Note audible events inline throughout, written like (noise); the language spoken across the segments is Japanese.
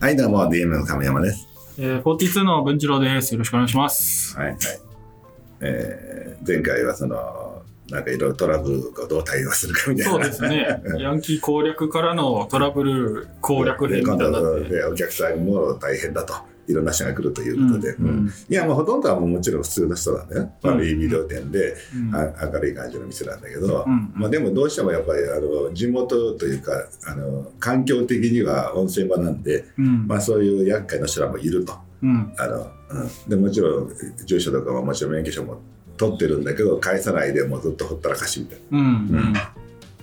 はい、どうも、DM の亀山です。えー、42の文次郎です。よろしくお願いします。はい、はい。えー、前回はその、なんかいろいろトラブルをどう対応するかみたいな。そうです (laughs) ね。ヤンキー攻略からのトラブル攻略編みたいになっで今て。度はお客さんも大変だと。いろんな人が来るといううこんとで。ううんんいや、もうほとんどはもうもちろん普通の人なんだよ。まあ、うんビビ料店で、うんあ明るい感じの店なんだけど、うんまあ、でもどうしてもやっぱりあの地元というかあの環境的には温泉場なんで、うんまあ、そういう厄介な人らもいるとうんあの、うん、でもちろん住所とかももちろん免許証も取ってるんだけど返さないでもうずっとほったらかしみたいうんうん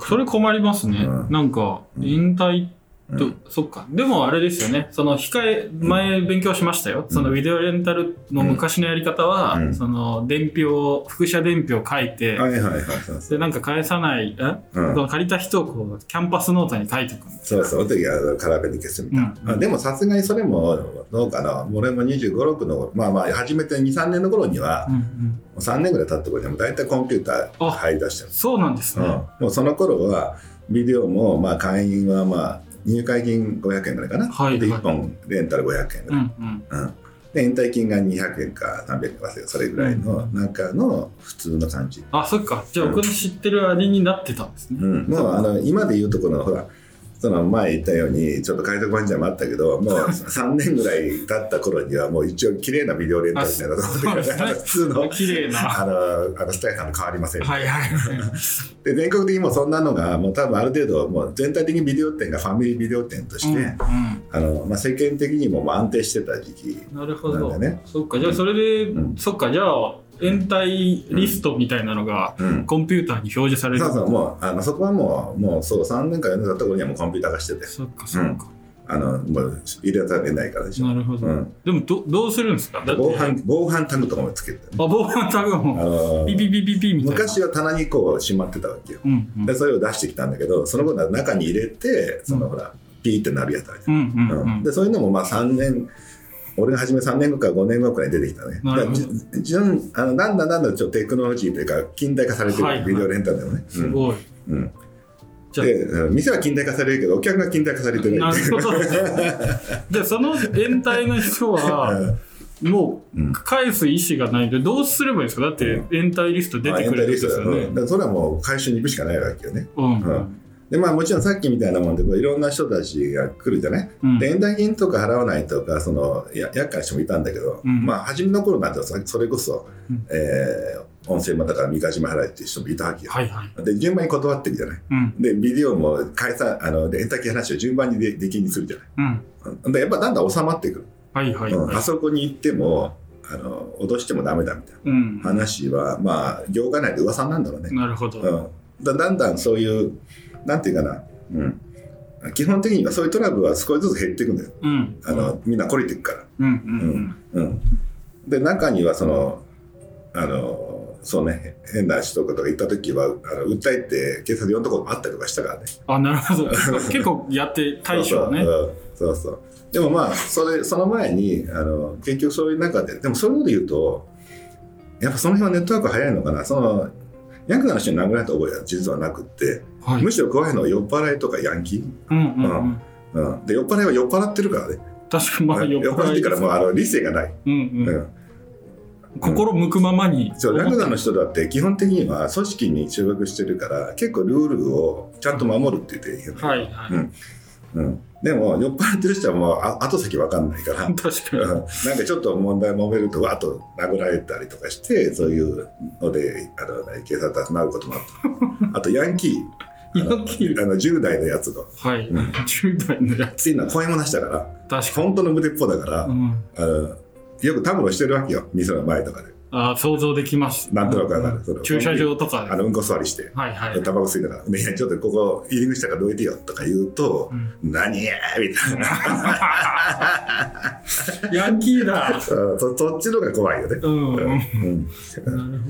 それ困りますね。うんなんか、引退な、と、うんそっか。でもあれですよね。その、控え、前勉強しましたよ。その、ビデオレンタルの昔のやり方は、うんその、伝票、複写伝票書いて、はいはいはいそうそで、なんか返さない、え、う、うそん、の借りた人をこう、キャンパスノートに書いていくんですそうそうその時は空手に消すみたいな、うんあでもさすがにそれもどうかな俺も2 5 6の頃まあまあ初めて23年の頃にはうんうん。 3年ぐらい経った頃にはもう大体コンピューター入り出してるそうなんでうすんね。もうその頃はビデオもまあ会員はまあ入会金500円ぐらいかな、はいではい1本レンタル500円ぐうらい、んうん。うんで延滞金が200円か300円か忘れたそれぐらいの中の普通の感じ、あ、そっか。じゃあ、うん僕の知ってるあれになってたんですね。うんもうあの今で言うところのほらその前言ったようにちょっと海賊版じゃもあったけどもう (laughs) 3年ぐらい経った頃にはもう一応綺麗なビデオレンタルみたいなと思って (laughs) あそうそうですね普通の綺麗 (laughs) な。あのあのスタイルさんと変わりません、はいはい。で全国的にもそんなのがもう多分ある程度もう全体的にビデオ店がファミリービデオ店として、うんあのまあ、世間的にももう安定してた時期うん、なるほなんどだ。ね。そっか、じゃあそれで、うんそっか、じゃあ、延滞リストみたいなのが、うんコンピューターに表示される。そうそう、もう、あの、そこはもう、もう、そう、3年か4年だった頃にはもうコンピューター化してて、そっか、そっか。あの、もう、入れられないからでしょ。なるほど。うん。でもど、どうするんですかだって、防あ、犯、防犯タグとかもつけて、防犯タグあも、の、ピピピピピみたいな。昔は棚にこう、しまってたわけよ。うんうん。で、それを出してきたんだけど、その後は中に入れて、その、ほら、ピーってなるやつあるじうんうんゃん。ううんんで、そういうのも、まあ、3年、俺が始め3年後か5年後くらいに出てきたね。なるほどだからじ順あのだんだんだんだんちょっとテクノロジーというか、近代化されてはいはるいビデオレンタルでもね。すごい。うんうんじゃあでうん店は近代化されるけどお客が近代化されてないなるほ (laughs) ど。じゃあ、その延滞の人は、もう、うん返す意思がないんで、どうすればいいんですかだって、延滞リスト出てくるんですようんだね。からそれはもう回収に行くしかないわけよね。うん。うでまあもちろんさっきみたいなもんでこういろんな人たちが来るじゃない。うんで延滞金とか払わないとかそのや厄介な人もいたんだけど、うんまあ初めの頃なんてさそれこそ、うんえー温泉まだから三ヶ島払いっていう人もいたわけよ。はいはい。で順番に断ってるじゃない。うん。でビデオも解散あので延滞金話を順番にでできにするじゃないうん。。うんでやっぱだんだん収まってくる。はいはいうんはあい。そこに行ってもあの脅してもダメだみたいうんな。話はまあ業界内で噂なんだろうね、なるほど。うん、だだんだんそういうなんていうかな、うん、基本的にはそういうトラブルは少しずつ減っていくんだようん。あの、みんな懲りていくかうんうら、んうん、で中にはそのあのそうね変な人とかが行った時はあの訴えて警察呼んだこともあったりとかしたからねうん。あ、なるほど。結構やって対処をね。そうそううんそうそうでもまあそれその前にあの結局そういう中ででもそういうこと言うとやっぱその辺はネットワーク早いのかなそのヤクザの人に殴られた覚えは実はなくってはい。むしろ怖いのは酔っ払いとかヤンキー、うんうんうん。うん、で酔っ払いは酔っ払ってるからね、確かまあ酔酔っっ払っ払ていかでらすもうあの理性がない、うんううんん。心向くままに。そうラクダの人だって基本的には組織に所属してるから結構ルールをちゃんと守るって言っていいよねはいはうんうん、でも酔っ払ってる人はもうあ後先分かんないからい。確うかに。ん (laughs) なんかちょっと問題揉めるとわっと殴られたりとかしてそういうのであの警察となることもあったあとヤンキーヤンキーあのあの10代のやつのはい。うん10代のやついのは声も出したからつ。確か本当の無鉄砲だから、に。うん。あのよくたむろしてるわけよ店の前とかであ想像できます。なんとなくわかるその駐車場とかであ。のうんこ座りしてはいはい。タバコ吸いながら「ねえちょっとここ入り口だからどいてよ」とか言うとう「ん何や!」みたいなヤンキーだ。うんそそっちのが怖いよね。うん。うなるん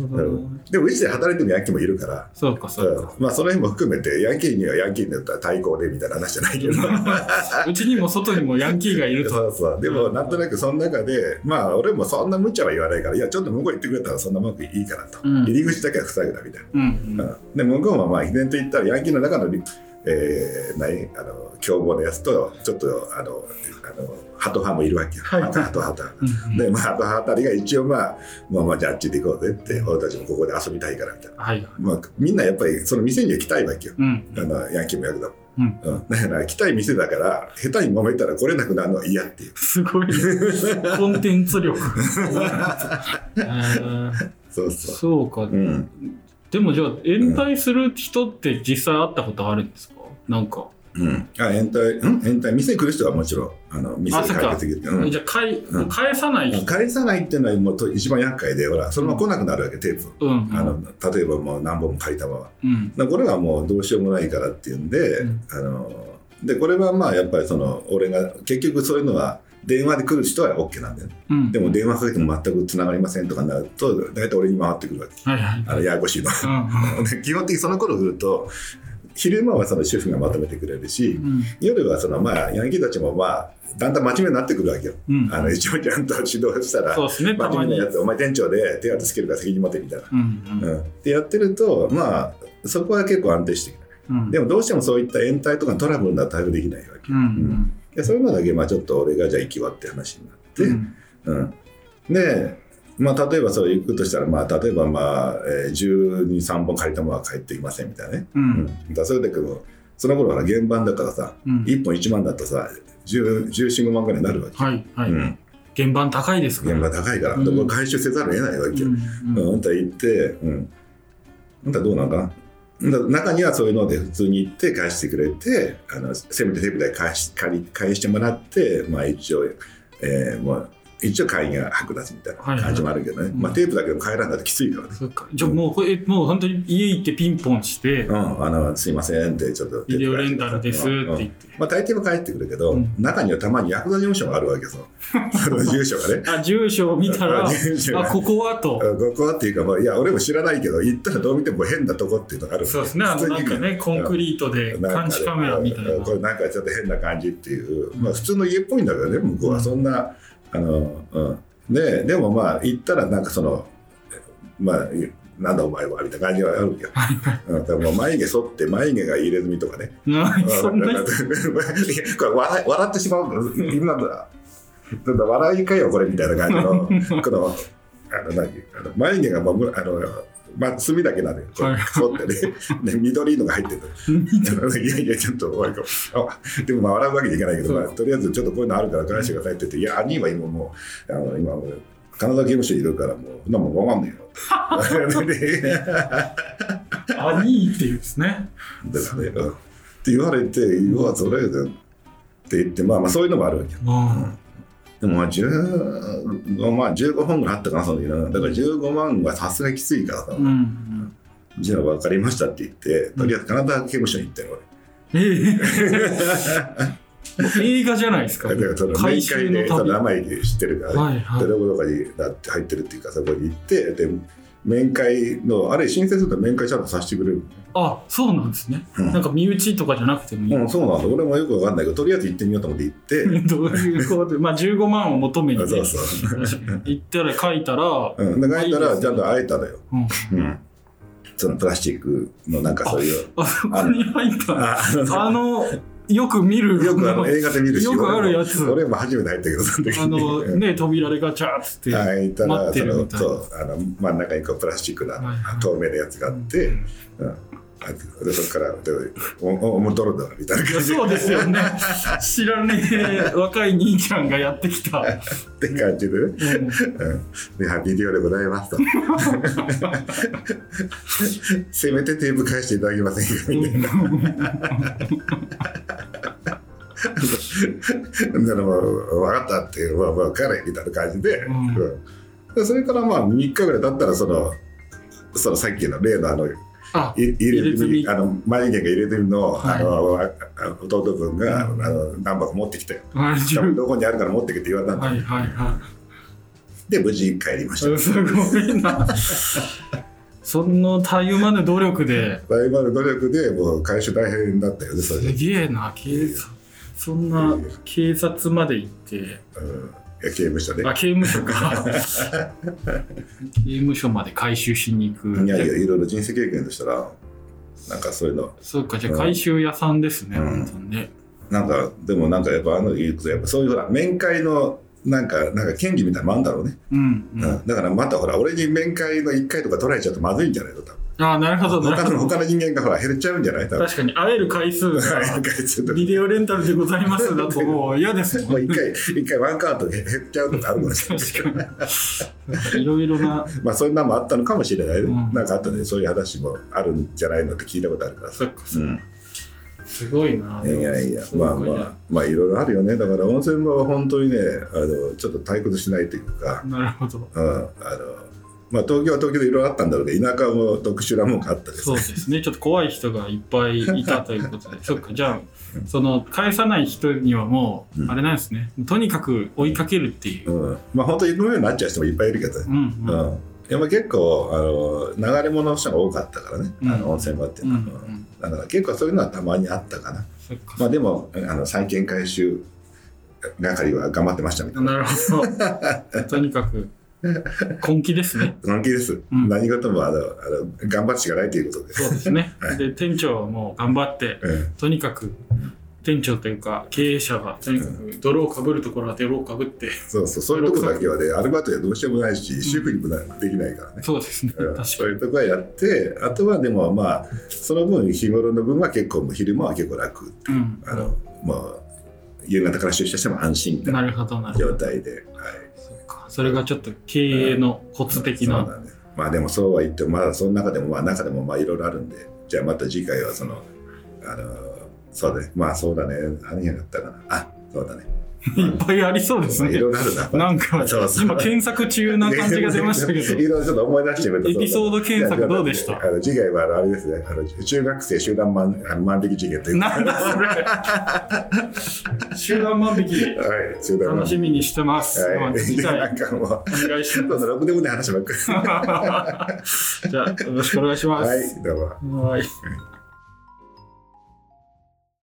ほうど。んでもうちで働いてるヤンキーもいるからそうか、そうか。うんまあその辺も含めてヤンキーにはヤンキーによっては対抗でみたいな話じゃないけどうちにも外にもヤンキーがいると。そうそうでもなんとなくその中でまあ俺もそんな無茶は言わないからいやちょっと向こう行ってくれたらそんなうまくいいからと、うん入り口だけは塞ぐなみたいうんな、うんで向こうもまあ秘伝と言ったらヤンキーの中の、ええー、何あの凶暴なやつとちょっとあのあのハト派もいるわけよ、はいハトハトハトうんでまあハト派あたりが一応まあまあまあじゃああっちで行こうぜって俺たちもここで遊びたいからみたいな、はい。まあ、みんなやっぱりその店には来たいわけようん。あのヤンキーもヤクザも、うんだから来たい店だから下手に揉めたら来れなくなるのは嫌っていうすご (laughs) いね。コンテンツ力。えーそうそうそうか。うんでもじゃあ、延滞する人って実際会ったことあるんですかなんか。うん、あ延滞、うん、延滞、店に来る人はもちろん、あの店に帰ってきて、うんじゃあ、返うん返さない人。返さないっていうのはもうと一番厄介で、ほら、そのまま来なくなるわけ、テープ。うん。うんあの例えばもう何本も借りたまま。うん。だからこれはもうどうしようもないからっていうんで、うんあのでこれはまあやっぱりその俺が結局そういうのは電話で来る人は OK なんだよね、うん。でも電話かけても全く繋がりませんとかなると大体俺に回ってくるわけはいはい。あのややこしいのうで (laughs) 基本的にその頃来ると昼間はその主婦がまとめてくれるし、ん。うん。夜はそのまあヤンキーたちもまあだんだん真面目になってくるわけよ、うん。あの一応ちゃんと指導したらそうですね、た真ま面目に。なやつお前店長で手当てつけるから責任持てみたいな、うんうん、でやってるとまあそこは結構安定してくるうん。うん。でもどうしてもそういった延滞とかのトラブルには対応できないわけうん。うん。でそういうのだけまあちょっと俺がじゃあ行きはって話になって、ううんん。でまあ、例えばそう行くとしたら、まあ、例えば、まあえー、12、3本借りたものは返ってきませんみたいなね。ううんん。だからそれでも、その頃は原版だからさ、うん。 1本1万だとさ1415万ぐらいになるわけ、はい。はうい。ん、原版高いですか現ら。場高いから、うんでこれ回収せざるを得ないわけよ、うんううんんあんた行って、うん、あんたどうなんかなだ中にはそういうので普通に行って返してくれてあのせめて手札で返し借り返してもらって、まあ、一応、えーまあ、一応会員が剥奪みたいな感じもあるけどね、うんまあ、テープだけでも帰らんだってきついからね、そっかじゃあもうこれもう本当に家行ってピンポンしてうん、あのすいませんってちょっとビデオレンタルですってうん言ってまあ、大抵は帰ってくるけど、うん中にはたまにヤクザ事務所があるわけよそ (laughs) のその住所がね。あ住所 (laughs) を見たら住所あがここはとうんここはっていうか、まあ、いや俺も知らないけど行ったらどう見ても変なとこっていうのがあるわけそうですねあのなんかねコンクリートでなんかね監視カメラみたいなうんこれなんかちょっと変な感じっていう、うんまあ、普通の家っぽいんだけどね向こうはそんな、あのうん、ででもまあ行ったらなんかそのまあなんだお前はみたいな感じはあるけど、うん、だからもう眉毛剃って眉毛が入れ墨とかねなそんななんか (laughs) これ笑い笑ってしまう今のだなんだ笑いかよこれみたいな感じのこのあの何あの眉毛がまむあのまあ、墨だけなのよ、こうはい剃ってね、で緑いのが入ってるの (laughs) いやいや、ちょっと悪いかもあでも、まあ、笑うわけにいかないけど、そうまあ、とりあえずちょっとこういうのあるから返してくださいって言って、いや、兄は今もう、あの今もう、カナダ刑務所にいるから、もう、そんなもんわかんねえ (laughs) よ。であいいっていうんですねだからね、うんって言われて、うわ、それで、って言って、まあまあそういうのもあるわけよ。うんでもまあ10、まあ15本ぐらいあったかな、その時な。だから15万はさすがにきついからさ、うんじゃあ分かりましたって言って、とりあえずカナダ刑務所に行ったよ、俺。ええ映画じゃないですかだからその回毎収回のね、そ旅のは名前で知ってるから、ね、いはいどこどこにだって入ってるっていうか、そこに行って、で、面会の、あれ申請すると面会ちゃんとさせてくれる。あそうなんですねうんなんか身内とかじゃなくてもいいうん、そうなんだ。俺もよく分かんないけど、とりあえず行ってみようと思って行って、 (laughs) どういうことで、まあ、15万を求めに、ね、そうそう (laughs) 行ったら書いたら、うん、で、帰ったいいですらねちゃんと会えたのよ。うんうん、そのプラスチックのなんかそういうあそこに入ったああのよく見るよくあのあ映画で見るしよくあるやつ俺も俺も初めて入ったけどその時に (laughs) のうんね扉でガチャーっつって、あ開いた待らってそるみのたいなそうあの真ん中にこうプラスチックなはいはい透明なやつがあって、うん、あでそこからで「おおもう取るだ」みたいないや感じそうです (laughs) よね知らねえ若い兄ちゃんがやってきた、うんって感じでね「ではビデオでございます」 (laughs) と (laughs) 「せめてテープ返していただけませんか」みたいな。だからもう分かったっていう、まあ、分かれみたいな感じで,、うんうんでそれからまあ3日ぐらい経ったらそのそのさっきの例のあのいあ入入れれ墨墨あの眉毛が入れ墨の,、はあいのああ弟分が、うんあの何箱持ってきたよあ多分10どこにあるから持ってきて言われたんだ、はいはいはで無事帰りましたいすごいなそのたゆまぬ努力でライバル努力でもう回収大変だったよねそれで、すげえな警察そんな警察まで行ってうん、刑務所であ刑務所か (laughs) 刑務所まで回収しに行くいやいやいろいろ人生経験としたらなんかそういうのそうか、じゃうあん回収屋さんですね、うん本当にね。なんかでもなんかやっぱあの言うとやっぱそういうほら面会のなんかなんか権利みたいなのもあるんだろうね、うん。ううんんだからまたほら俺に面会の1回とか取られちゃうとまずいんじゃないの多ああ、なるほど、分なる他ほのど。他の人間がほら減っちゃうんじゃない多分確かに、会える回数が、 (laughs) 面会するとビデオレンタルでございますだと、もう嫌ですももうん一回一回ワンカウントで減っちゃうとかあるかもしれない (laughs) 確かに。なんかいろいろな、まあそんなのもあったのかもしれないね、うんなんかあったでそういう話もあるんじゃないのって聞いたことあるからさそっか、そっかうんすごいな。いやいやすごまなあまあまあいろいろあるよねだから温泉場は本当にねあのちょっと退屈しないというか、なるほど。うん、あのまあ東京は東京でいろいろあったんだろうけど田舎も特殊なもんがあったですそうですね。ちょっと怖い人がいっぱいいたというこ (laughs) とで。そっか、じゃあ、その、返さない人にはもうんう、あれなんですね。とにかく追いかけるっていう。うん、まあ本当に行くようになっちゃう人もいっぱいいるけどね、うんううんん。やっぱ結構あの流れ物の人が多かったからね、うんあの温泉場っていううんうのは、うんん。だから結構そういうのはたまにあったかなそっか。まあでもあの債権回収係は頑張ってましたみたいななるほど。とにかく、根気ですね。関係です、うん何事もあのあの頑張るしかないということでそうですねは。いで、店長はもう頑張って、うんとにかく、店長というか経営者がとにかく泥をかぶるところは泥をかぶって、そうそうそういうとこだけはねアルバイトではどうしようもないし主婦にもなできないからね、そうですね、うん確かそういうとこはやってあとはでもまあその分日頃の分は結構もう昼間は結構楽に、うん、あのまあ夕方から出社しても安心みたいななるほどなるほど状態で、はい、そうかそれがちょっと経営のコツ的そうな、だねまあでもそうは言ってもまだその中でもまあ中でもまあいろいろあるんでじゃあまた次回はそのあのそうだねまあそうだね何やったかなあそうだねいっぱいありそうですまあいねろいろあるななんかそうそう今検索中な感じが出 (laughs) ましたけいどろいろちょっと思い出してみたエピソーード検索どうでしたあの次回はあのあれですねあの中学生集団万あの万引き事件というなんだそれ集団万引きはい集団万楽引しみにしてます、きまはあい次で (laughs) な回んかもうお願いしちょっまとすろくでもない話ばっかり (laughs) じゃあよろしくお願いします、はいどうもはい